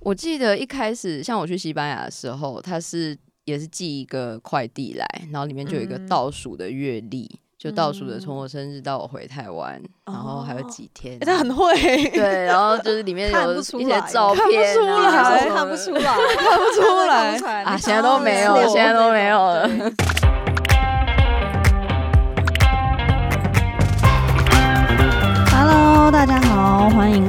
我记得一开始像我去西班牙的时候，他是也是寄一个快递来，然后里面就有一个嗯倒数的月历，就倒数的嗯从我生日到我回台湾，然后还有几天。啊他很会，对， 然后就是里面看有不一出些来照看不片出啊来什么看不的出来，看不 出来看不。出啊来，现在都哎没 有对现在都没有了对，Hello，大家好，欢迎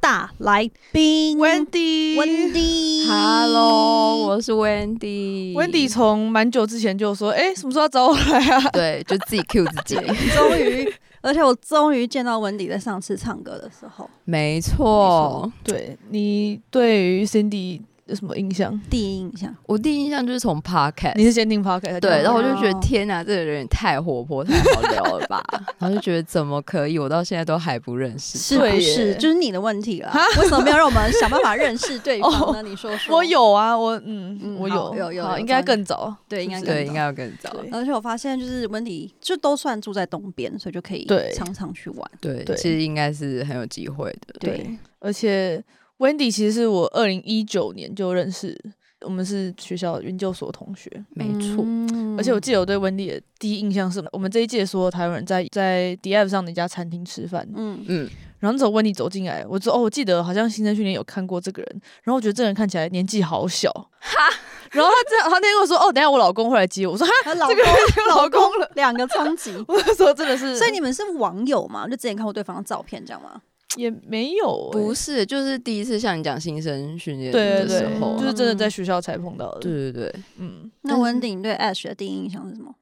大来宾 Wendy。 Wendy。 Hello，我是 Wendy。 Wendy 从蛮久之前就说，哎、什么时候要找我来啊？ 对，就自己 Q 自 己， 终于，而且我终于见到 Wendy 在上次唱歌的时候，没错。对你对于 Cindy 有什么印象？第一印象，我第一印象就是从 Podcast，你是坚定 Pocket 才对，知然道后吗我就觉得哦天哪，这个人也太活泼、太好聊了吧！然后就觉得怎么可以，我到现在都还不认识。是不对是耶就是你的问题了？为什么没有让我们想办法认识对方呢？你说说，我，有啊，我嗯嗯我好有有有好有应该更早。对，应该是更对，早应该要更早。对而且我发现，就是 Wendy 就都算住在东边，所以就可以对常常去玩。对，对其实应该是很有机会的。对，而且 Wendy 其实是我二零一九年就认识，我们是学校研究所同学。没错，嗯而且我记得我对 Wendy 的第一印象是，我们这一届所有台湾人在在 D F 上的一家餐厅吃饭， 嗯，嗯，然后那时候温迪走进来，我就说哦，我记得好像新生训练有看过这个人，然后我觉得这个人看起来年纪好小，哈，然后他这样，他那天跟我说哦，等一下我老公会来接我，我说哈， 和老这公个人有老公了，两个冲击，我那时候真的是，所以你们是网友嘛？就之前看过对方的照片，这样吗？也没有、欸，不是，就是第一次像你讲新生训练对的对时对候，，就对是真嗯的在学校才碰到的，对对。嗯，那但是 Wendy 你对 Ash 的第一印象是什么？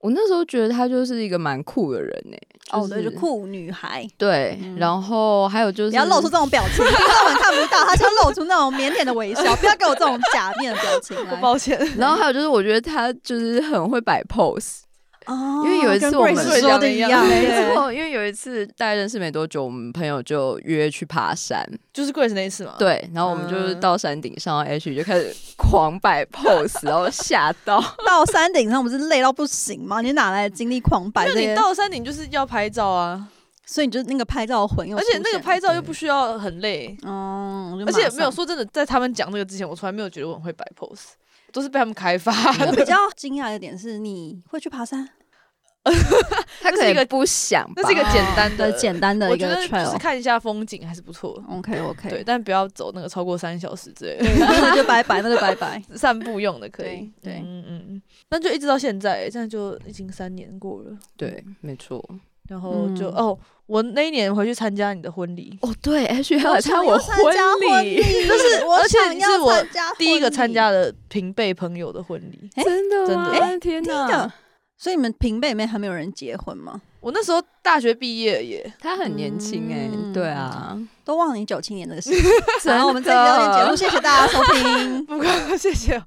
我那时候觉得他就是一个蛮酷的人呢，哦，对，就。酷女孩。对，然后还有就是，不要露出这种表 情，听众们看不到，她就露出那种腼腆的微笑， 不要给我这种假面的 表情来。抱歉，然后还有就是，我觉得他就是很会摆 pose，哦因为有一次跟我们 Grace 说的 一样，啊没对错，因为有一次大家认识没多久，我们朋友就约去爬山，就是 Grace 那一次嘛，，对，然后我们就是嗯到山顶上，H 就开始狂摆 pose，然后吓到，到山顶上不是累到不行吗？你哪来的精力狂摆那这你些？到山顶就是要拍照啊，所以你就那个拍照的魂又而且那个拍出照又不需要很累，现了，哦，就而且马上没有说真的，在他们讲这个之前，我从来没有觉得我很会摆 pose，都是被他们开发我的。 比较惊讶的点是，你会去爬山， 他这可是能一个不想吧那是一个简单的，哦对，简单的我一觉个得就 trail 是。看一下风景还是不错。 OK 对， OK，但不要走那个超过三小时之类的，那就拜拜，那就拜拜。散步用的可以。对对嗯嗯嗯，那就一直到现在，现在就已经三年过了。对，没错。然后就、嗯哦，我那一年回去参加你的婚礼，哦，对，H 还来参我想要参加婚婚礼，礼，就是我而且想你要是我参加第一个婚礼参加，的平辈朋友的婚礼。诶真的真吗？的哎，天真的哪，所以你们平辈里面还没有人结婚吗？我那时候大学毕业耶，他很年轻哎嗯，对啊，都忘了你九七年这个事。真然的后我们这聊天节目，谢谢大家收听。不过谢谢哦，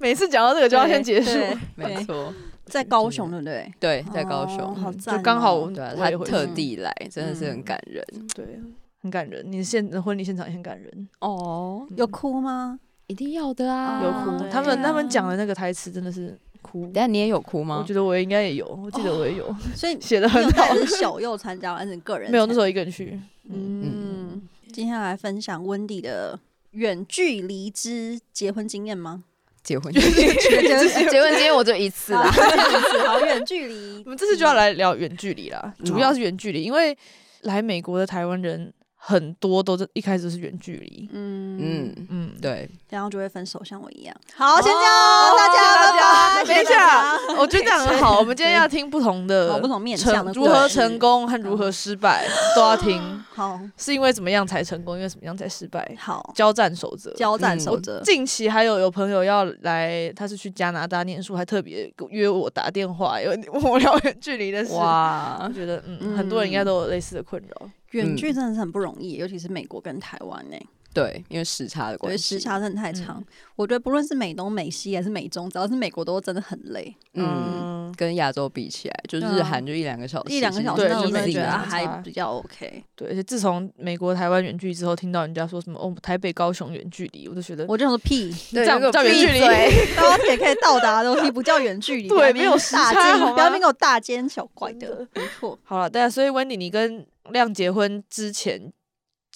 每次讲到这个就要先 结束。对对没错，在高雄，对不对？对，在高雄哦，好嗯赞哦就刚好我对啊，我他也回去特地来，真的是很嗯感人对，很感人。你现婚礼现场也很感人，哦，有哭吗？一定要的啊，有哭。对他们他们啊讲的那个台词真的是哭。但你也有哭我吗？觉得我应该也有，我记得我也有、所以写的你哦有很好带。着小幼参加，还是你个人？ 没有，那时候一个人去。嗯，今天来分享温迪的远距离之结婚经验吗？结婚结婚结婚今天我就一次啊啦， 好，好远距离我。们这次就嗯要来聊远距离啦，主要是远距离，因为来美国的台湾人很多都是一开始都是远距离。嗯嗯，嗯，嗯，对，然后就会分手，像我一样。好，先这哦样，大家拜拜，等谢一谢大下家，啊我哦觉得这样很 好。我们今天要听不同的好哦不同面向成的如何故事嗯成功和如何失败都要听， 好是因为怎么样才成功，因为怎么样才失败。好交战守则，交战嗯守则。近期还有有朋友要来，他是去加拿大念书，还特别约我打电话，有问我聊远距离的事。哇我，觉得嗯，嗯很多人应该都有类似的困扰。嗯远距真的是很不容易，尤其是美国跟台湾呢、对，因为时差的我觉关得系，时差真的太长。我觉得不论是美东、美西还是美中，只要是美国都真的很累。嗯，嗯，跟亚洲比起来，就对啊日韩就一两个小时，一两个其实小哦对时，就那我是啊真的自己觉得拿还茶比较 OK。对。而且自从美国台湾远距离之后，听到人家说什么哦台北高雄远距离，我就觉得我就想说屁，对这样那个叫远闭距离嘴高铁可以到达的东西不叫远距离，对不要在那边没有时大差惊好吗不要那边给我大惊小怪真的，没错。好了。对啊，所以温迪，你跟亮结婚之前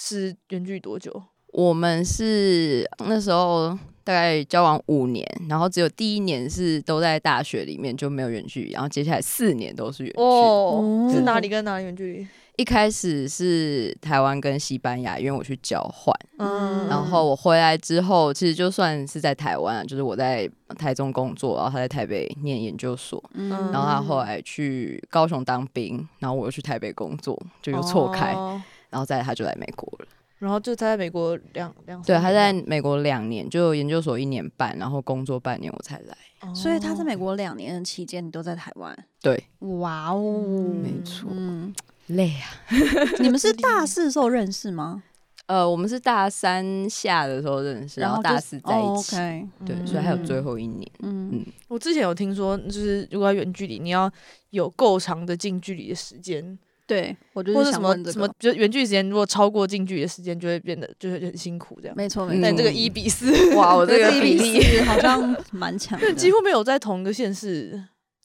是远距离多久？我们是那时候大概交往五年，然后只有第一年是都在大学里面就没有远距离，然后接下来四年都是远距离。哦，哦是哪里跟哪里远距离？一开始是台湾跟西班牙，因为我去交换，嗯，然后我回来之后，其实就算是在台湾啊，就是我在台中工作，然后他在台北念研究所，嗯，然然后他后来去高雄当兵，然后我又去台北工作，就又错开，哦然后再来他就来美国了。然后就他在美国两两啊对，三他在年美国两年，就研究所一年半，然后工作半年我才来。吧，哦所以他在美国两年的期间，你都在台湾。对，哇哦，没错嗯，累啊。 你们是大四的时候认识吗？呃，我们是大三下的时候认识， 然后就大四在一起，哦，OK，对，嗯所以还有最后一年。嗯嗯我之前有听说，就是如果要远距离，你要有够长的近距离的时间，对，我就或是者什想么问这什么个，，就是远距离时间如果超过近距离的时间，就会变得就是很辛苦这样。没错嗯没那你，错这 个一比四，哇，我这 个一比例 四好像蛮强 的，几乎没有在同一个县市。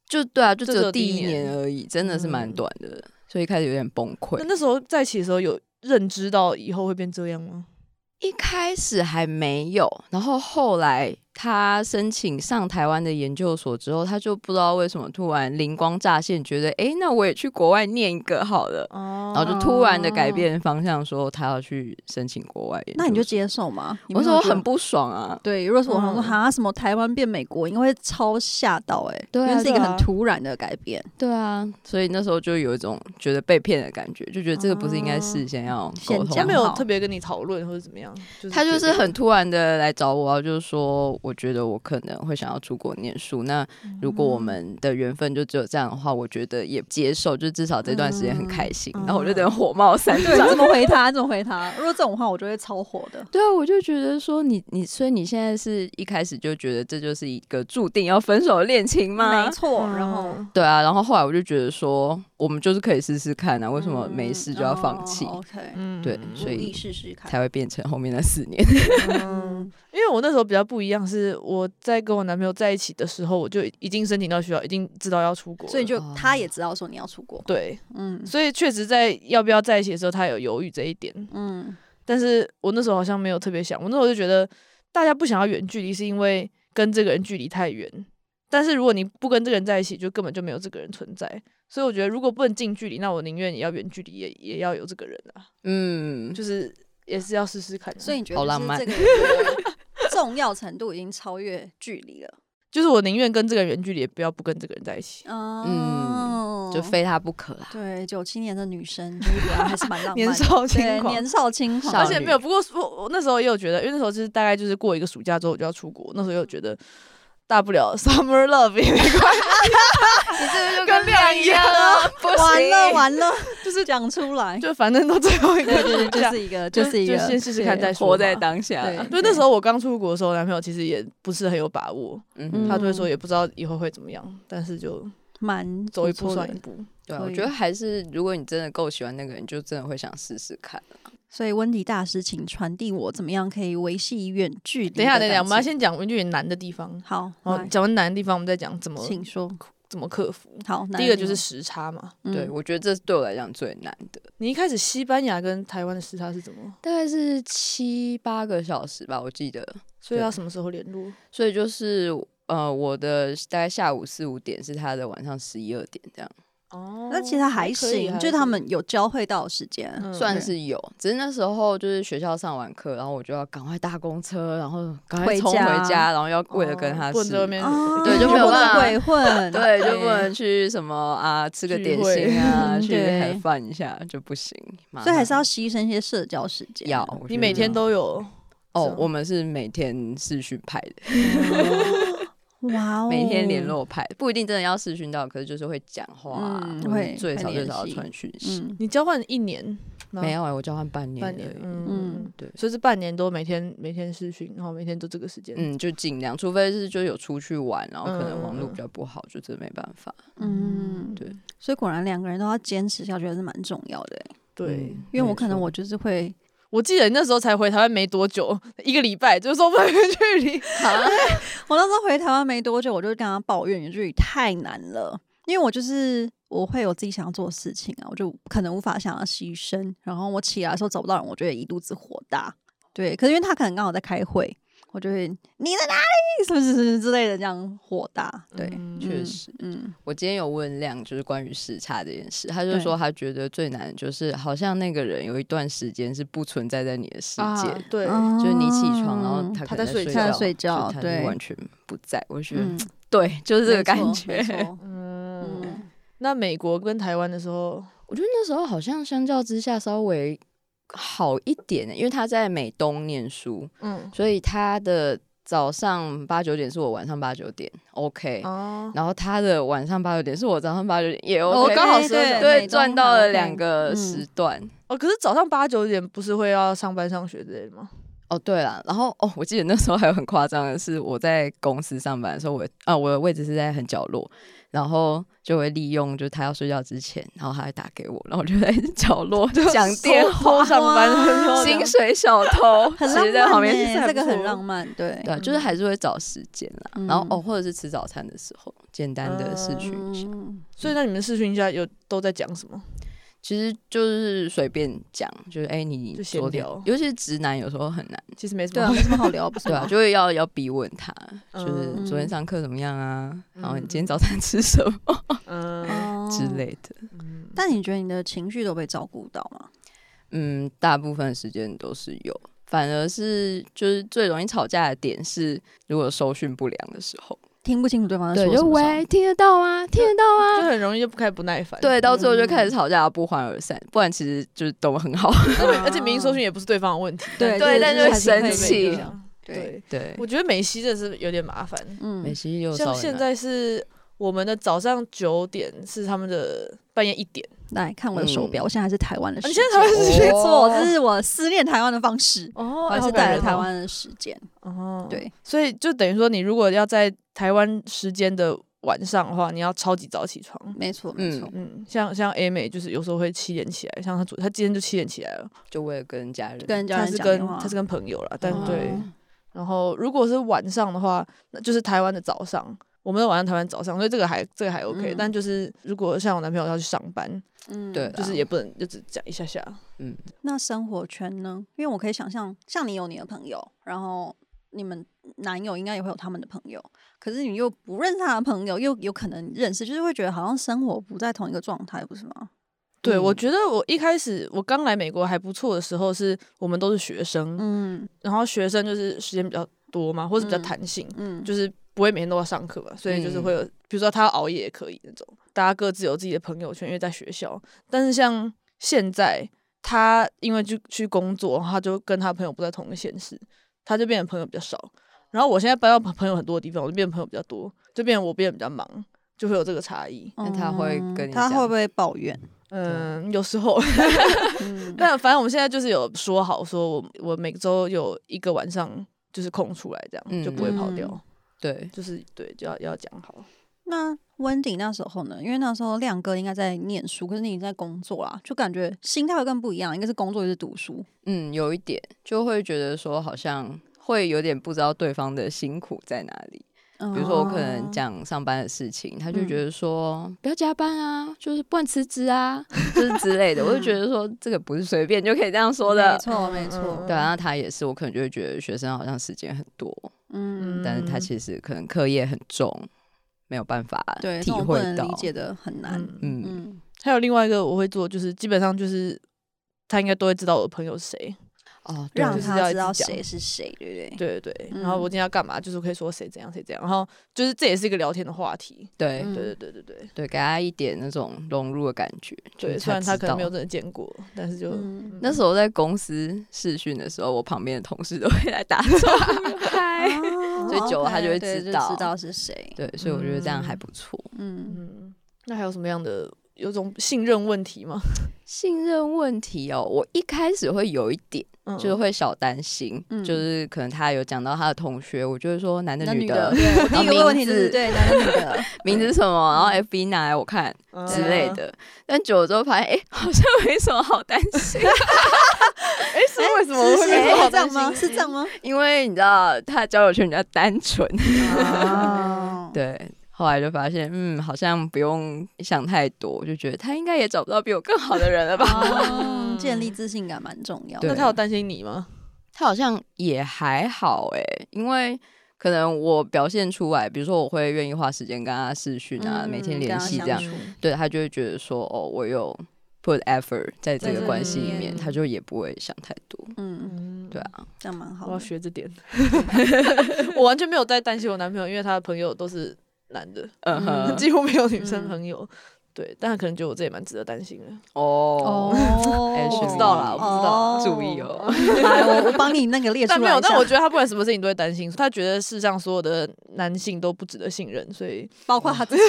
就对啊，就就只只有有第第一一年而已，真的是蛮嗯短的，所以一开始有点崩溃那。那时候在一起的时候，有认知到以后会变这样吗？一开始还没有，然后后来他申请上台湾的研究所之后，他就不知道为什么突然灵光乍现，觉得诶，那我也去国外念一个好了，哦然后就突然的改变方向，说他要去申请国外研究所。那你就接受吗？你我没有说我觉得很不爽啊，对，如果是我，想说嗯哈什么台湾变美国，应该会超吓到哎、欸，对啊因为是一个对啊很突然的改变，对啊，所以那时候就有一种觉得被骗的感觉，就觉得这个不是应该事先要沟先通讲他好没有好特别跟你讨论或者怎么样，就是他就觉是得很突然的来找我，然后就是说，我觉得我可能会想要出国念书。那如果我们的缘分就只有这样的话，我觉得也接受，就至少这段时间很开心。嗯然后我就等火冒三丈。 对，啊 你怎么回他？你怎么回他？如果这种话，我就会超火的。对啊，我就觉得说你你，所以你现在是一开始就觉得这就是一个注定要分手的恋情没吗？错，然后嗯对啊，然后后来我就觉得说，我们就是可以试试看啊，为什么没事就要放弃？哦、？OK，嗯对嗯所以努力试试看。才会变成后面那四年。 嗯，因为我那时候比较不一样，是我在跟我男朋友在一起的时候，我就已经申请到学校，已经知道要出国了，所以就哦他也知道说你要出国，对，嗯所以确实在要不要在一起的时候，他有犹豫这一点。嗯，但是我那时候好像没有特别想，我那时候就觉得大家不想要远距离，是因为跟这个人距离太远。但是如果你不跟这个人在一起，就根本就没有这个人存在。所以我觉得，如果不能近距离，那我宁愿也要远距离，也也要有这个人啊，嗯，就是也是要试试看、啊。所以你觉得好浪就是漫 这个人的重要程度已经超越距离 了，就是我宁愿跟这个人远距离，也不要不跟这个人在一起。嗯哦，就非他不可啊啦。对九七年的女生，就是果然还是蛮浪漫的，年少轻对狂年少轻狂，少而女且没有，不过我我那时候也有觉得，因为那时候就是大概就是过一个暑假之后我就要出国，那时候有觉得大不了 summer love 也没关 系，你这个就跟亮一样啊，不完了完 了，就是讲出来，就反正都最后一个对对对，暑 就假，是一个就就是一个就先试试看对再说嘛，活在当下。啊对，对那时候我刚出国的时候，男朋友其实也不是很有把握，嗯嗯哼，他就会说也不知道以后会怎么样，但是就蛮走一不步错的算一步。对啊，所我以觉得还是如果你真的够喜欢那个人，你就真的会想试试看。所以温迪大师，请传递我怎么样可以维系远距离的等一下，感情。等一下，我们要先讲文具点难的地方，好，然后来讲完难的地方，我们再讲怎么请说。怎么克服。好，哪嗯第一个地就是方时差嘛，对，我觉得这是对我来讲最难的，你一开始西班牙跟台湾的时差是怎么？大概是七八个小时吧，我记得。所以对要什么时候联络？所以就是呃，我的大概下午四五点是他的晚上十一二点这样，哦嗯那其实还行，就是他们有交汇到的时间。嗯算是有。只是那时候就是学校上完课，然后我就要赶快搭公车，然后赶快回冲家回家，然后要为了跟他不能是在外面哦对就没有不能办法鬼混， 对，就不能去什么啊，吃个聚点会心啊， 嗯去对 have fun 一下就不行。麻所以还烦是要牺牲一些社交时间。啊嗯要，我你觉得每天都有哦，我们是每天视讯派的，哇 哦，每天联。络派，不一定真的要视讯到，可是就是会讲话啊嗯，或者会最会少最联少要系传讯息。嗯，你交换一年，吗没有哎、我交换半年，半年，，嗯嗯嗯，对所以是半年都每天每天试训，然后每天都这个时间，嗯，就尽量，除非是就有出去玩，然后可能网络嗯嗯嗯比较不好，就真的没办法。嗯，对，所以果然两个人都要坚持下去，还是蛮重要的欸、对。嗯因为没我可能错我就是会，我记得你那时候才回台湾没多久，一个礼拜，就是说不能距离，我那时候回台湾没多久，我就跟他抱怨，远距离太难了，因为我就是我会有自己想要做的事情啊，我就可能无法想要牺牲，然后我起来的时候找不到人，我就会一肚子火大。对，可是因为他可能刚好在开会，我就会你在哪里，是不是是不是之类的这样火大。对，嗯确嗯实，嗯我今天有问亮，就是关于时差这件事，他就对说他觉得最难的就是好像那个人有一段时间是不存在在你的世界，啊，对，就是你起床，然后他可他能在睡睡觉，觉所以他就他哦在睡觉对完全不在。我觉得、嗯对，就是这个没感错觉没。错嗯，嗯，那美国跟台湾的时候，我觉得那时候好像相较之下稍微好一点、欸因为他在美东念书，嗯，所以他的早上八九点是我晚上八九点，OK，、哦，然后他的晚上八九点是我早上八九点，哦也 OK，我刚好对十二对点，对美东赚到还了 OK 两个嗯时段。哦，可是早上八九点不是会要上班上学之类的吗？哦，对了，然后哦，我记得那时候还有很夸张的是，我在公司上班的时候，我啊我的位置是在很角落，然后就会利用就是他要睡觉之前，然后他会打给我，然后我就在 角落讲电话，上班的时候薪水小偷啊很直浪接在旁漫、边，欸，这个很漫。浪漫，对对啊，就是还是会找时间啦，嗯然后哦，或者是吃早餐的时候，简单的事情一下，嗯所以那你们试训一下有都在讲什么？其实就是随便讲，就是哎、你就闲昨天聊，尤其是直男有时候很难。其实没什 对啊，么没，什么好聊，不是对啊，吗就会要要逼问他，就是嗯昨天上课怎么样啊，然后你嗯今天早餐吃什么哦嗯，之。类的。嗯但你觉得你的情绪都被照顾到吗？嗯，大部分时间都是有，反而是就是最容易吵架的点是，如果收讯不良的时候，听不清楚对方在对，说什就么时候。喂，听得到吗？听得到啊就吗？很容易就不开不耐烦，对，到嗯最后就开始吵架，不欢而散。不然其实就是都很好。而而且明明搜寻也不是对方的问题，对对但但就就还是生会被气影响。对， 对，我觉得美西真的是有点麻烦，嗯美西又稍像微现慢在是我们的早上九点是他们的半夜一点，来看我的手表，嗯我现在还是台湾的时你间现。在才会哦去没错，这是我思念台湾的方式，哦我还是带了台湾的时间。哦，对，所以就等于说你如果要在台湾时间的晚上的话，你要超级早起床。没错，没错。嗯，像像 A 美就是有时候会七点起来，像她昨她今天就七点起来了，就为了跟家人跟家她人是讲跟电话她是跟朋友啦，但哦对，然后如果是晚上的话，那就是台湾的早上，我们的晚上台湾早上，所以这个还这个还 OK、嗯但就是如果像我男朋友要去上班，嗯对啦就是也不能就只讲一下下。那生活圈呢？因为我可以想象，像你有你的朋友，然后你们男友应该也会有他们的朋友，可是你又不认识他的朋友，又有可能认识，就是会觉得好像生活不在同一个状态，不是吗？对，我嗯觉得我一开始我刚来美国还不错的时候，是我们都是学生，嗯然后学生就是时间比较多嘛，或者比较嗯弹性，嗯，就是不会每天都要上课嘛，所以就是嗯会有，比如说他要熬夜也可以那种，大家各自有自己的朋友圈，因为在学校。但是像现在他因为就去工作，然后他就跟他朋友不在同一个县市，他就变得朋友比较少。然后我现在搬到朋友很多的地方，我就变得朋友比较多，就变得我变得比较忙，就会有这个差异。那他会跟你嗯他讲会不会抱 怨？嗯，有时候， 嗯啊但反正我们现在就是有说好，说我我每周有一个晚上就是空出来，这样、就不会跑掉，嗯对就是对，就要要讲好。那温迪那时候呢？因为那时候亮哥应该在念书，可是你已经在工作啦，就感觉心态会更不一样，应该是工作就是读书。嗯，有一点就会觉得说，好像会有点不知道对方的辛苦在哪里。比比如说，我可哦嗯能讲上班的事情，他就觉得说、不要加班啊，就是不能辞职啊，就是 之类的。我就觉得说，这个不是随便就可以这样说没的。错没错，对啊，那他也是，我可能就会觉得学生好像时间很多，嗯，但是他其实可能课业很重，没有办法对，这体种不会能到。理解的很难。嗯嗯，嗯，还有另外一个我会做，就是基本上就是他应该都会知道我的朋友是谁，哦，对让就是他要一知直道讲谁是谁，对不对？对对对。嗯然后我今天要干嘛，就是可以说谁怎样谁怎样，然后就是这也是一个聊天的话题。对、嗯对对对对对对，给他一点那种融入的感觉。就是对，虽然他知可能道没有真的见过，但是就嗯那时候在公司试训的时候，我旁边的同事都会来 打招呼，嗨，哦所以久了他就会 OK，对知就道知道是谁。对，所以我觉得这样还不错。嗯，嗯，那还有什么样的有种信任问题吗？信任问题哦，我一开始会有一点， 嗯就是会小担心，嗯就是可能他有讲到他的同学，我就会说男的男女的的，对，我第一个问题就名是字对男的女的，名字是什么，然后 F B 拿来我看嗯之类。的，但久了之后发现，哎、好像没什么好担心，哎，是为什么是会是变是成好这样担吗？心？是这样吗？因为你知道他的交友圈比较单纯， 啊，对。后来就发现，嗯，好像不用想太多，就觉得他应该也找不到比我更好的人了吧。哦建立自信感蛮重要的。那对他有担心你吗？他好像也还好哎、因为可能我表现出来，比如说我会愿意花时间跟他视讯啊，嗯每天跟联他系相这样，处对他就会觉得说，哦，我有 put effort 在这在个这关里系里面面，他就也不会想太多。嗯，嗯对啊，这样蛮好我的要。学这 点。 我完全没有在担心我男朋友，因为他的朋友都是男的，嗯 哼， 几乎没有女嗯生朋友。对，但可能觉得我这也蛮值得担心的。哦，哎我知道啦我不知道哦注意哦。来，我我帮你那个列出来但一下。没有，但我觉得他不管什么事情都会担心，他觉得世上所有的男性都不值得信任，所以包括他自己，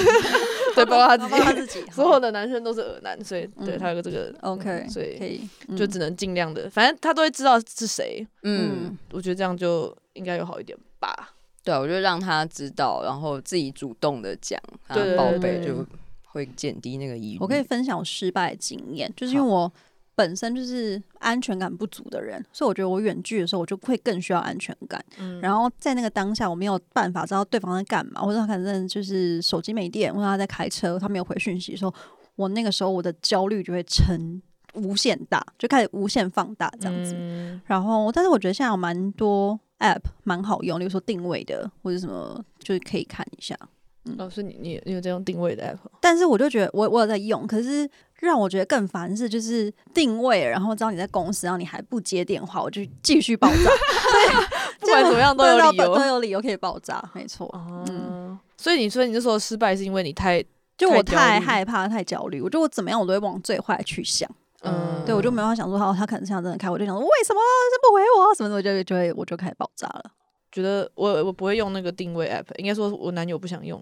对，包括他包自括他己，自己，好所有的男生都是恶男，所以对嗯他有个这个 OK，嗯所可以以就只能尽量的，反正他都会知道是谁。嗯，，我觉得这样就应该有好一点吧。对啊，我就让他知道，然后自己主动的讲，然后对对报对备对就会减低那个疑虑。我可以分享我失败的经验，就是因为我本身就是安全感不足的人，所以我觉得我远距的时候，我就会更需要安全感。嗯，然后在那个当下，我没有办法知道对方在干嘛，或者他可能就是手机没电，或者他在开车，他没有回讯息的时候，我那个时候我的焦虑就会成无限大，就开始无限放大这样子。嗯然后，但是我觉得现在有蛮多 app 蛮好用，例如说定位的或者什么，就是可以看一下。老哦师，你你也你有在用定位的 app？哦但是我就觉得我我有在用，可是让我觉得更烦是就是定位，然后知道你在公司，然后你还不接电话，我就继续爆炸。不管怎么样都有理由都有理由可以爆炸，没错。哦嗯所以你说你那时候失败是因为你太就我太焦太虑害怕、太焦虑，我觉得我怎么样我都会往最坏去想，嗯，对我就没办法想说，好，他可能是想真的开，我就想说为什么他不回我什么的，我就就会我就开始爆炸了。觉得我我不会用那个定位 app，应该说我男友不想用。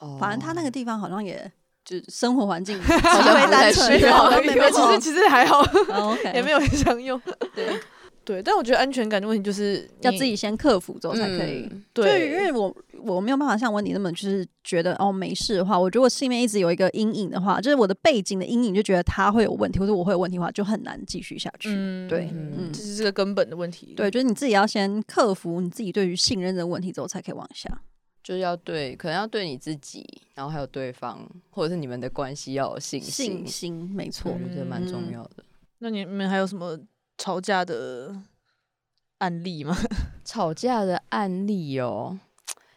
哦，反正他那个地方好像也就是生活环境极像为不太单纯，需要好像没有哦其实其实还好， OK，也没有很想用。对对，但我觉得安全感的问题就是要你自己先克服之后才可以。嗯对，因对，为我我没有办法像温迪那么就是觉得哦没事的话，我觉得我心里面一直有一个阴影的话，就是我的背景的阴影，就觉得他会有问题，或者我会有问题的话，就很难继续下去。嗯对嗯嗯这是个根本的问题。对，就是你自己要先克服你自己对于信任的问题之后，才可以往下。就是要对，可能要对你自己，然后还有对方，或者是你们的关系要有信心信，心，没错我。觉得蛮重嗯要的。那你们还有什么吵架的案例吗？吵架的案例哦，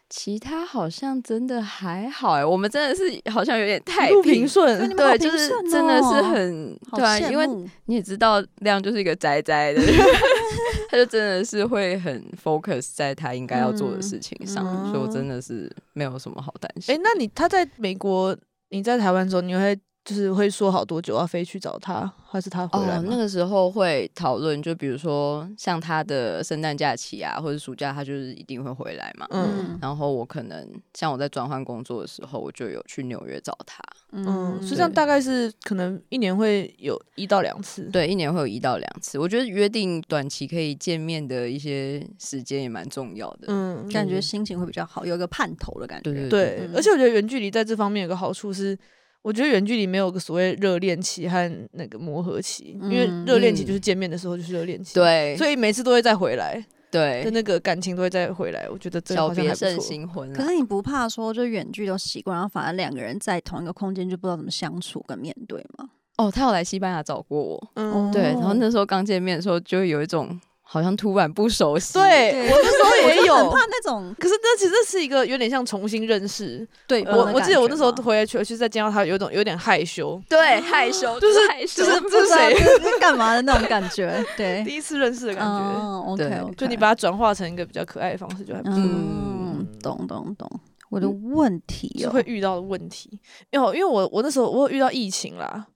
其他好像真的还好哎，我们真的是好像有点太不平平。顺你，们好对，平就是顺真的是哦很好对啊，羡因为慕你也知道亮就是一个宅宅的人， 他就真的是会很 focus 在他应该要做的事情上，嗯嗯所以我真的是没有什么好担哎、心。那你他在美国，你在台湾的时候，你会就是会说好多久要飞去找他，还是他回来哦，吗？那个时候会讨论，就比如说像他的圣诞假期啊，或者暑假，他就是一定会回来嘛。嗯嗯然后我可能像我在转换工作的时候，我就有去纽约找他。嗯，所以这对样大概是可能一年会有一到两次。对，一年会有一到两次。我觉得约定短期可以见面的一些时间也蛮重要的。嗯，感觉心情会比较好，有一个盼头的感觉。对对对，嗯而且我觉得远距离在这方面有个好处是，我觉得远距离没有个所谓热恋期和那个磨合期，因为嗯热恋期嗯就是见面的时候就是热恋期，，对所以每次都会再回来，就对，那个感情都会再回来。我觉得这个小好像别还不胜错。新婚啦。可是你不怕说，就远距都习惯，然后反而两个人在同一个空间就不知道怎么相处跟面对吗？哦，他有来西班牙找过我，嗯，对，对然后那时候刚见面的时候，就会有一种好像突然不熟悉，对，我那时候我就也很有怕。那种可是那其实是一个有点像重新认识。对我我记得我那时候回来去，其实再见到他有一种有点害羞，对，害羞，就是害羞就，是 这是谁谁啊干嘛的那种感 觉，对，第一次认识的感觉，嗯对，OK，, o k 就你把它转化成一个比较可爱的方式，就还不错。嗯，懂懂懂，我的问题是哦，嗯会遇到的问题。因为我因为我哦我那时候我有遇到疫情啦，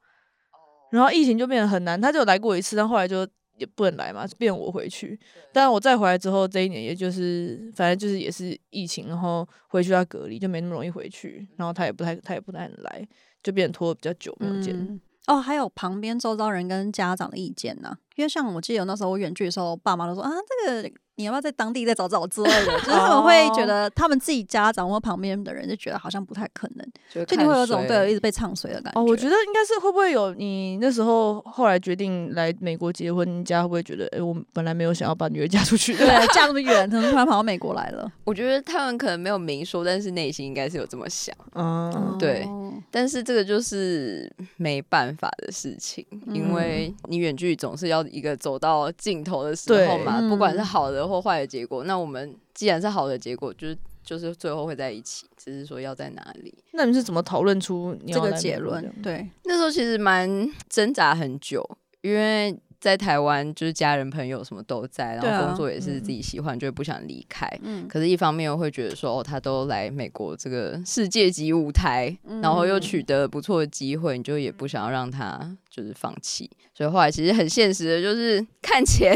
然后疫情就变得很难。他就有来过一次，但后来就也不能来嘛，变我回去。但我再回来之后，这一年也就是反正就是也是疫情，然后回去要隔离，就没那么容易回去。然后他也不太他也不太能来，就变得拖得比较久没有见。嗯哦，还有旁边周遭人跟家长的意见呢、因为像我记得有那时候我远距的时候，爸妈都说啊，这个你要不要在当地再找找 之类的，就是他们会觉得哦他们自己家长或旁边的人就觉得好像不太可能，就就看你会有种谁对一直被唱衰的感觉。哦，我觉得应该是会不会有你那时候后来决定来美国结婚，你家会不会觉得，哎、我本来没有想要把女儿 嫁出去的，对，嫁那么远，怎么突然跑到美国来了？我觉得他们可能没有明说，但是内心应该是有这么想。嗯，对哦但是这个就是没办法的事情，因为你远距离总是要一个走到尽头的时候嘛，嗯对嗯不管是好的或坏的结果。那我们既然是好的结果，就是就是最后会在一起，只是说要在哪里。那你是怎么讨论出你要这个来美结国论的，对，那时候其实蛮挣扎很久，因为在台湾就是家人朋友什么都在，对然啊后工作也是自己喜欢，就会不想离开。嗯，可是，一方面又会觉得说，哦，他都来美国这个世界级舞台，嗯然后又嗯取得了不错的机会，你就也不想要让他就是放弃。所以后来其实很现实的，就是看钱，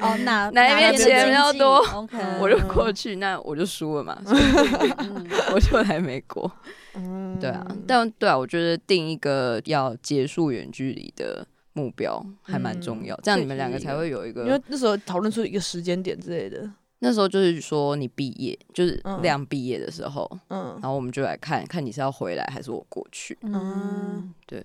哦， 哪哪一边的钱比较经济多？OK，嗯 我就过去，那我就输了嘛，所以嗯我就来美 国。嗯对啊，但对啊，我觉得定一个要结束远距离的目标还嗯蛮重要，这样你们两个才会有一因为个。那时候讨论出一个时间点之类的，那时候就是说你毕业，就是嗯亮毕业的时候，嗯然，后我们就来看看你是要回来还是我过去。嗯，对，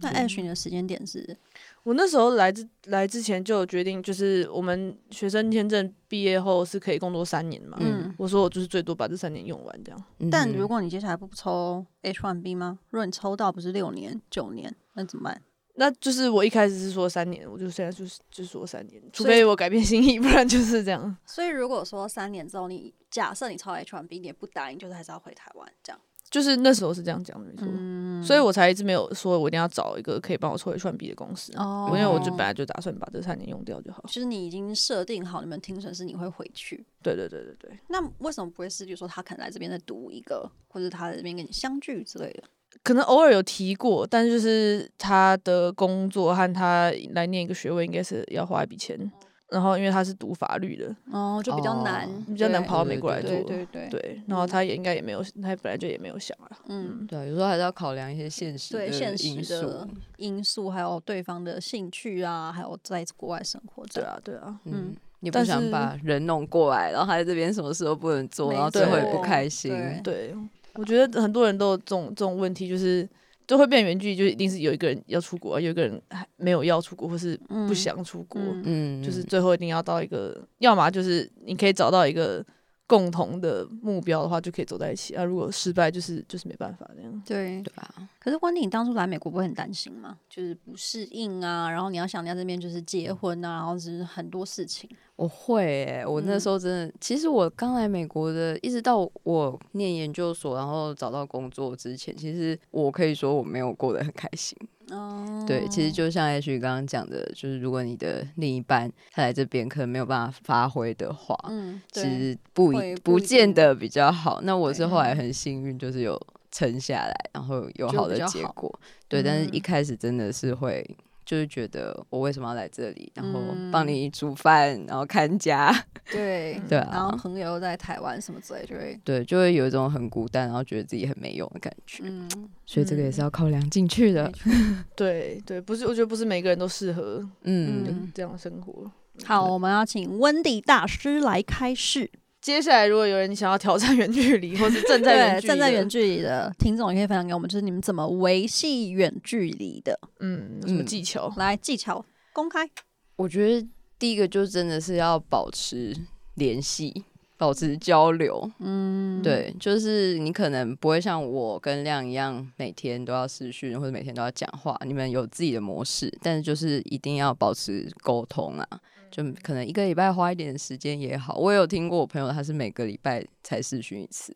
那嗯 Ash 你的时间点是我那时候来之来之前就有决定，就是我们学生签证毕业后是可以工作三年嘛，嗯嗯，我说我就是最多把这三年用完这样。但如果。果你接下来不抽 H1B 吗？如果你抽到不是六年、九年，那怎么办？那就是我一开始是说三年，我就现在就是就说三年，除所以非我改变心意，不然就是这样。 所以如果说三年之后你假设你抽 H1B，你也不答应，就是还是要回台湾这样。就是那时候是这样讲的，没错。嗯所以我才一直没有说我一定要找一个可以帮我抽 H 换 B 的公司，哦因为我就本来就打算把这三年用掉就好。就是你已经设定好你们听损是你会回去，对对对对对，那为什么不会是就说他可能来这边再读一个，或者他在这边跟你相聚之类的？可能偶尔有提过，但就是他的工作和他来念一个学位，应该是要花一笔钱。然后因为他是读法律的，哦，就比较哦难，比较难对跑到美国来做。对对对，对然后他也应该也没有，他本来就也没有想啊。嗯，对啊，有时候还是要考量一些现实对的现因实的素。因素，还有对方的兴趣啊，还有在国外生活这对样。啊，对啊。嗯嗯，你不但想是把人弄过来，然后还在这边什么事都不能做，没然后最后也错不开心。对对，我觉得很多人都有这种这种问题，就是就会变远距离，就一定是有一个人要出国，有一个人还没有要出国，或是不嗯想出国，嗯嗯，就是最后一定要到一个，要么就是你可以找到一个共同的目标的话，就可以走在一起啊。如果失败，就是就是没办法这样。对对，吧？可是关帝，你当初来美国不会很担心吗？就是不适应啊，然后你要想你在这边就是结婚啊，然后就是很多事情。我会诶、我那嗯时候真的，其实我刚来美国的，一直到我念研究所，然后找到工作之前，其实我可以说我没有过得很开心。哦，对，其实就像 H 刚刚讲的，就是如果你的另一半他来这边可能没有办法发挥的话，嗯，其对，实不会一不不一见定得比较好。那我是对后来很幸运，就是有撑下来，然后有就好比的较结好果。对，但是一嗯开始真的是会。就是觉得我为什么要来这里，然后帮嗯你煮饭，然后看家， 对，对然后啊，朋友又在台湾什么之类，就会对，就会有一种很孤单，然后觉得自己很没用的感觉，嗯，所以这个也嗯是要考量进去的没。错对对，不是，我觉得不是每个人都适合嗯，嗯这样生活。好，我们要请温迪大师来开示。接下来，如果有人想要挑战远距 离，或是正在远对，距离的，站在远距离的听众也可以分享给我们，就是你们怎么维系远距离的，嗯，有什么嗯技巧？来技巧公开。我觉得第一个就真的是要保持联系，保持交流。嗯，对，就是你可能不会像我跟亮一样每天都要视讯或者每天都要讲话，你们有自己的模式，但是就是一定要保持沟通啊。就可能一个礼拜花一点时间也好，我也有听过我朋友他是每个礼拜才视讯一次，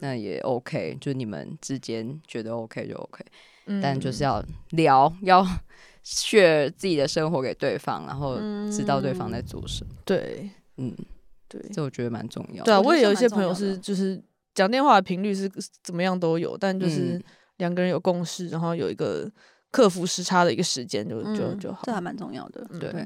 那也 OK，就你们之间觉得 OK 就 OK，但嗯嗯就是要聊，要 share 自己的生活给对方，然后知道对方在嗯做什么，对嗯，对这我觉得蛮重要的。对啊，我觉我得也这有一蛮些重朋友要是的就是讲电话的频率是怎么样都有，但就是嗯两个人有共识，然后有一个克服时差的一个时间就就嗯就好这。还蛮重要的。嗯对对，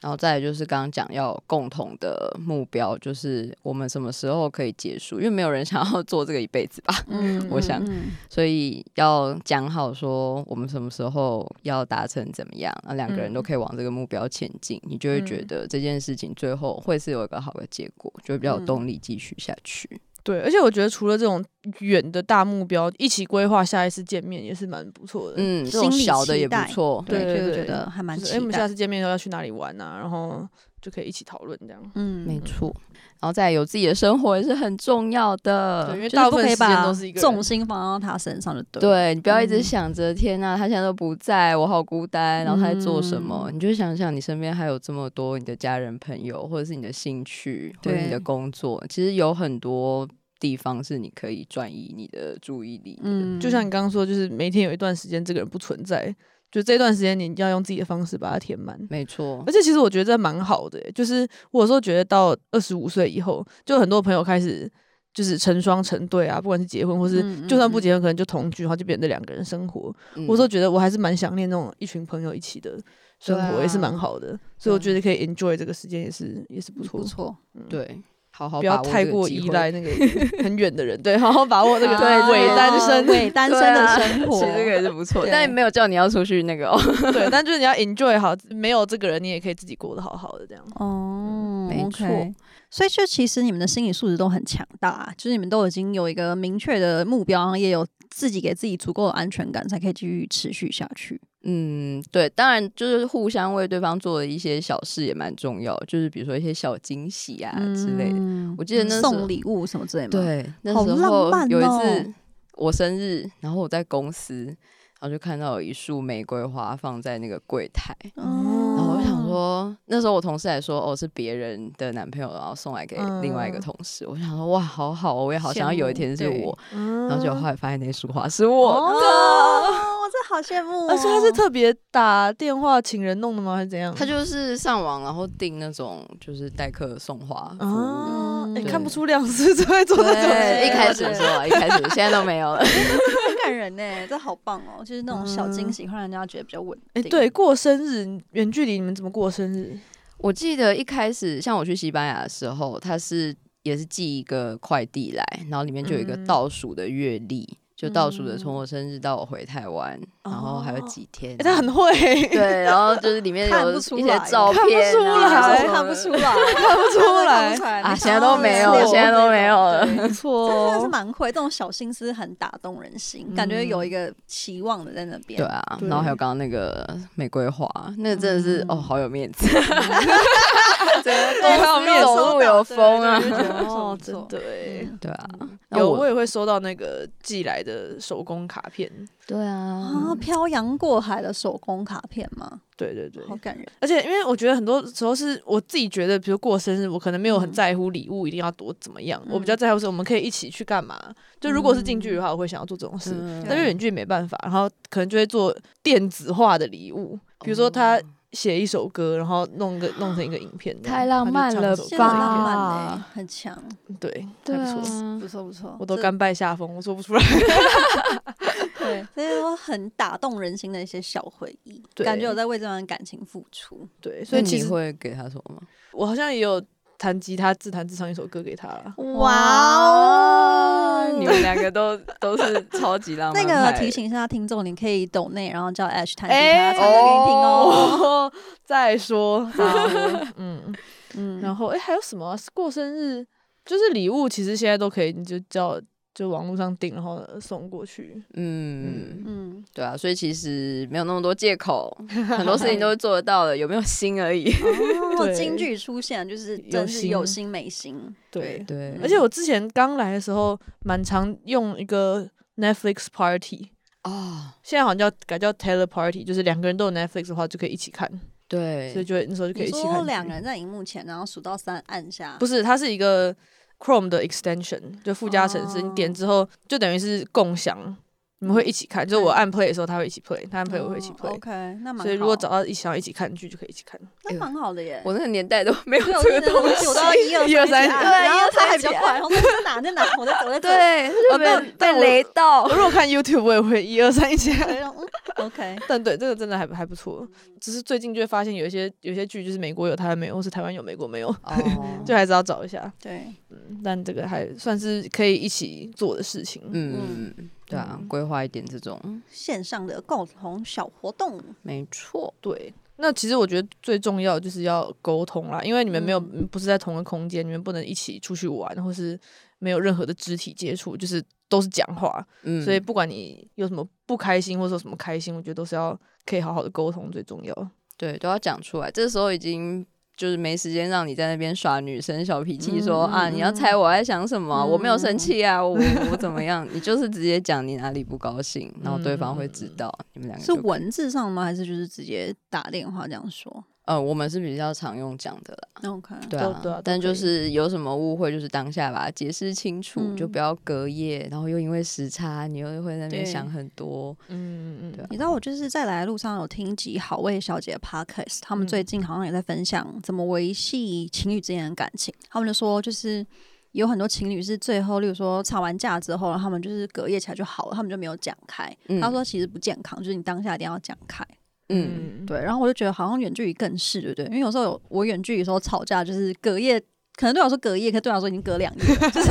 然后再来就是刚刚讲要共同的目标，就是我们什么时候可以结束，因为没有人想要 做这个一辈子吧，嗯我想嗯所以要讲好说我们什么时候要达成怎么样，那两个人嗯都可以往这个目标前进，你就会觉嗯得这件事情最后会是有一个好的结果，就会比较有嗯动力继续下去。对，而且我觉得除了这种远的大目标，一起规划下一次见面也是蛮不错的。嗯，这心种理小的期也不待错。对，对就对觉得还蛮就是期哎，我们待下次见面的时候要去哪里玩啊？然后就可以一起讨论这样。嗯没错。然后再来有自己的生活也是很重要对，的因。为就是大不部分可以时间把都是一个人重心放到他身上就对了。对你不要一直嗯想着天呐、他现在都不在，我好孤单，然后他在做什么？嗯你就想想你身边还有这么多你的家人、朋友，或者是你的兴趣，或者是你的对工作，其实有很多地方是你可以转移你的注意力的。嗯，就像你刚刚说，就是每天有一段时间这个人不存在，就这段时间你要用自己的方式把它填满。嗯没错而，且其实我觉得这蛮好的耶、欸就是我有时候觉得到二十五岁以后，就很多朋友开始就是成双成对啊，不管是结婚或是嗯嗯就算不嗯结婚，可能就同居，然后就变成这两个人生活。嗯我都觉得我还是蛮想念那种一群朋友一起的生对活，啊也是蛮好的。所以我对啊觉得可以 enjoy 这个时间也是也是不错嗯不。错，对，好好不要把握太这个过机依会赖 那个很远的人，对，好好把握这个啊伪单 身，伪单身对的啊生活，其实这个 也是不错，对但没有叫你要出去那个哦。对，但就是你要 enjoy 好，没有这个人，你也可以自己过得好好的这样。哦，没 OK 错。所以就其实你们的心理素质都很强大，啊就是你们都已经有一个明确的目标，然后也有自己给自己足够的安全感，才可以继续持续下去。嗯，对，当然就是互相为对方做的一些小事也蛮重要，就是比如说一些小惊喜啊之类的。嗯我记得那时候送礼物什么之类吗？，对，那好时浪候漫有一哦次我生日，然后我在公司，然后就看到有一束玫瑰花放在那个柜台，哦，然后我就想说，那时候我同事还说哦是别人的男朋友，然后送来给另外一个嗯同事，我想说哇好好哦，我也好想要有一羡慕天是对我，嗯然后结果后来发现那束花是我哦的。哦，我这好羡慕哦，而且他是特别打电话请人弄的吗？还是怎样？他就是上网，然后订那种就是代客送花服务啊，哦哎、对看不出两次就会做 这种嗯对，事，一开始的时候啊，一开始，现在都没有了。 很感人呢，这好棒哦，就是那种小惊喜，会让人家觉得比较稳哎、定。对，，过生日远距离你们怎么过生日？我记得一开始像我去西班牙的时候，他是也是寄一个快递来，然后里面就有一个嗯倒数的月历，就倒数的嗯从我生日到我回台湾，然后还有几天啊哎、。他很会，对，然后就是里面看有不出一些来照看不片出啊，来什么看不的出来，看不出来看不出来啊你现在都没有好有现在都没有了不对 错真的是哦。蛮会，这种小心思很打动人心，嗯感觉有一个期望的在那边。对啊，对嗯然后还有刚刚那个玫瑰花，那个真的是、哦，好有面子， 对好有面子走路有风啊对对对就觉得不错哦，不真错的哎、对啊，那有我也会收到那个寄来的手工卡片，对啊，啊，漂洋过海的手工卡片吗？对对对，好感人。而且，因为我觉得很多时候是我自己觉得，比如过生日，我可能没有很嗯在乎礼物一定要多怎么样，嗯我比较在乎是我们可以一起去干嘛。就如果是近距离的话，我会想要做这种事，嗯但是远距离没办法，然后可能就会做电子化的礼物，比如说他哦写一首歌，然后弄个弄成一个影片这样，太浪漫了他就现唱在首很歌吧浪漫哎，很强，对，对还不啊错，不错不错。我都这甘拜下风，我做不出来。对，这些都很打动人心的一些小回忆，对感觉我在为这段感情付出。 对，所所以以其你实会给他什么吗？我好像也有弹吉他自弹自唱一首歌给他了。哇哦！你们两个都都是超级浪那漫派的。个提醒一下听众，你可以抖内，然后叫 Ash 弹吉哎他唱歌给你听哦。哦， 再 说，嗯。嗯，然后哎、诶还有什么啊、过生日就是礼物，其实现在都可以，你就叫就网络上订，然后送过去。哦嗯，嗯，对啊，所以其实没有那么多借口，很多事 情都是做得到的，有没有心而已。哦，对京剧出现就是真是有心没心，对，对而且我之前刚来的时候，蛮常用一个 Netflix Party，哦，现在好像叫改叫 Tele Party，就是两个人都有 Netflix 的话，就可以一起看，所以对，就会那时候就可以你一起说看。两个人在荧幕前，然后数到三按下，不是，它是一个 Chrome 的 extension，就附加程式，哦你点之后就等于是共享。你们会一起看，就是我按 play 的时候，他会一起 play，他按 play 我会一起嗯哦 play，、 OK，那蛮所以如果好啊找到一想要一起看剧，就可以一起看。哎那呦蛮好的耶。我那个年代都没有对，我这个真的东是西我。到一二一二三三，对然后一二他三还比较起快，我说在哪在哪，我在我在这。对，哦就被、但但被我雷到 我。如果看 YouTube，我也会一二三一起看。 对然后嗯，OK，但对，这个真的还还不错。只是最近就会发现有一些有一些剧，就是美国有台湾没有，或是台湾有美国没有，哦，就还是要找一下。对，嗯但这个还算是可以一起做的事情。嗯，对啊，规划一点这种，线上的共同小活动，没错。对。那其实我觉得最重要就是要沟通啦，因为你们没有、嗯不是在同一个空间，你们不能一起出去玩，或是没有任何的肢体接触，就是都是讲话。嗯，所以不管你有什么不开心，或者说什么开心，我觉得都是要可以好好的沟通最重要。对都要讲出来。这时候已经就是没时间让你在那边耍女生小脾气，说、啊你要猜我在想什么，我没有生气啊，我我怎么样？你就是直接讲你哪里不高兴，然后对方会知道。你们两个是就可以文字上吗？还是就是直接打电话这样说呃，我们是比较常用讲的啦。 ？OK，对都啊，对啊都但就可以是有什么误会，就是当下把它解释清楚，就嗯不要隔夜，然后又因为时差，你又会在那边对想很多。嗯嗯对啊你知道我就是在来的路上有听几好味小姐的 podcast，他们嗯最近好像也在分享怎么维系情侣之间的感情。他们就说，就是有很多情侣是最后，例如说吵完架之后，然后他们就是隔夜起来就好了，他们就没有讲开。嗯他说其实不健康，就是你当下一定要讲开。嗯，对，然后我就觉得好像远距离更是，对不对？因为有时候有我远距离的时候吵架，就是隔夜，可能对我来说隔夜，可是对我来说已经隔两夜 了，就是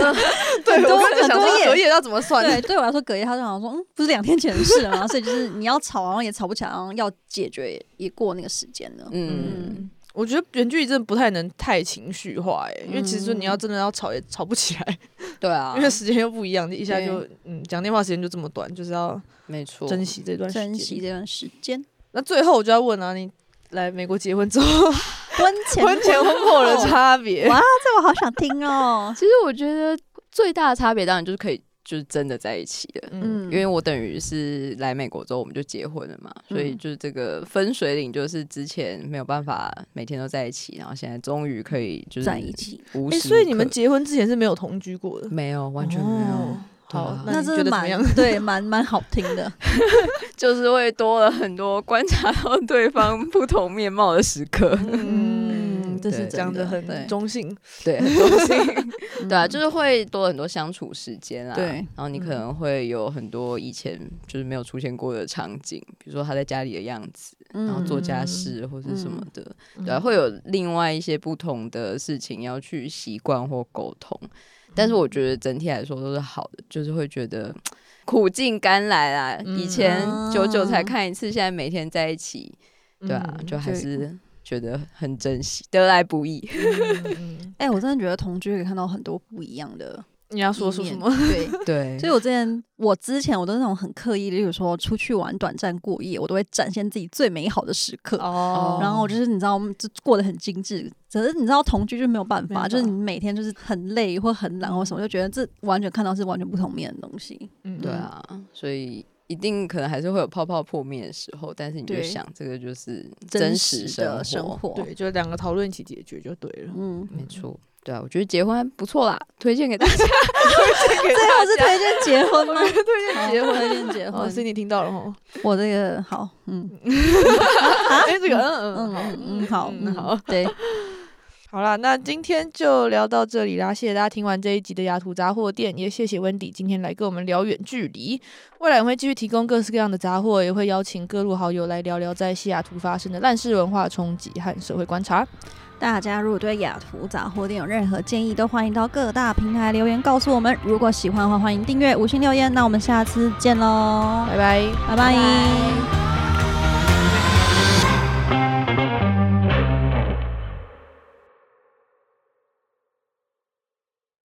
对，很多我刚才很想多说页隔夜要怎么算？对，对我来说，隔夜他就想说，嗯，不是两天前的事了吗？所以就是你要吵，然后也吵不起来，然后要解决也也过那个时间了。嗯，我觉得远距离真的不太能太情绪化、欸，因为其实你要真的要吵也吵不起来，对啊因，为时间又不一样，一下就嗯讲电话时间就这么短，就是要没错，珍惜这段嗯时间。珍惜这段时间，那最后我就要问啊，你来美国结婚之后，婚前婚前婚后哦的差别哇，这我好想听哦。其实我觉得最大的差别当然就是可以就是真的在一起了，嗯嗯，因为我等于是来美国之后我们就结婚了嘛，所嗯以就是这个分水岭就是之前没有办法每天都在一起，然后现在终于可以就是在一起，无哎、时无刻、所以你们结婚之前是没有同居过的，没有完全没有，哦对啊好，那那你真觉得的怎么蛮样？对，蛮蛮好听 的。就是会多了很多观察到对方不同面貌的时 刻，嗯，这对是讲真的的，很对中性，对，很多心。 对啊，嗯就是会多很多相处时间啦。对然后你嗯可能会有很多以前就是没有出现过的场景，比如说他在家里的样子，嗯然后做家事或是什么的，对啊、会有另外一些不同的事情要去习惯或沟通。但是我觉嗯得整体来说都是好的，就是会觉得苦尽甘来啦。嗯以前啊久久才看一次，现在每天在一起，对啊，嗯就还对是觉得很珍惜，得来不易。 嗯哎、我真的觉得同居可以看到很多不一样的你要说一出什面么？？对，对所以我之前，我之前我都是那种很刻意，例如说出去玩短暂过夜，我都会展现自己最美好的时 刻。哦然后我就是你知道，我们就过得很精致。只是你知道同居就没有办没办法法，就是你每天就是很累或很懒或什么，就觉得这完全看到是完全不同面的东西。嗯对，啊，所以一定可能还是会有泡泡破灭的时候，但是你就对想这个就是实实的生生活，活，对，就两个讨论一起解决就对 了。嗯，没错。对啊，我觉得结婚还不错啦，推荐给大家。最后是推荐结婚吗？推荐结婚，推荐结 哦，所以婚。你听到了吼。我这个好，嗯啊 哎，这个嗯嗯嗯好嗯嗯，好嗯嗯好，对，好啦，那今天就聊到这里啦，谢谢大家听完这一集的雅图杂货店，也谢谢温迪今天来跟我们聊远距离。未来我们会继续提供各式各样的杂货，也会邀请各路好友来聊聊在西雅图发生的烂事文化冲击和社会观察。大家如果对雅图杂货店有任何建议，都欢迎到各大平台留言告诉我们。如果喜欢的话，欢迎订阅、五星留言。那我们下次见喽，拜拜。拜拜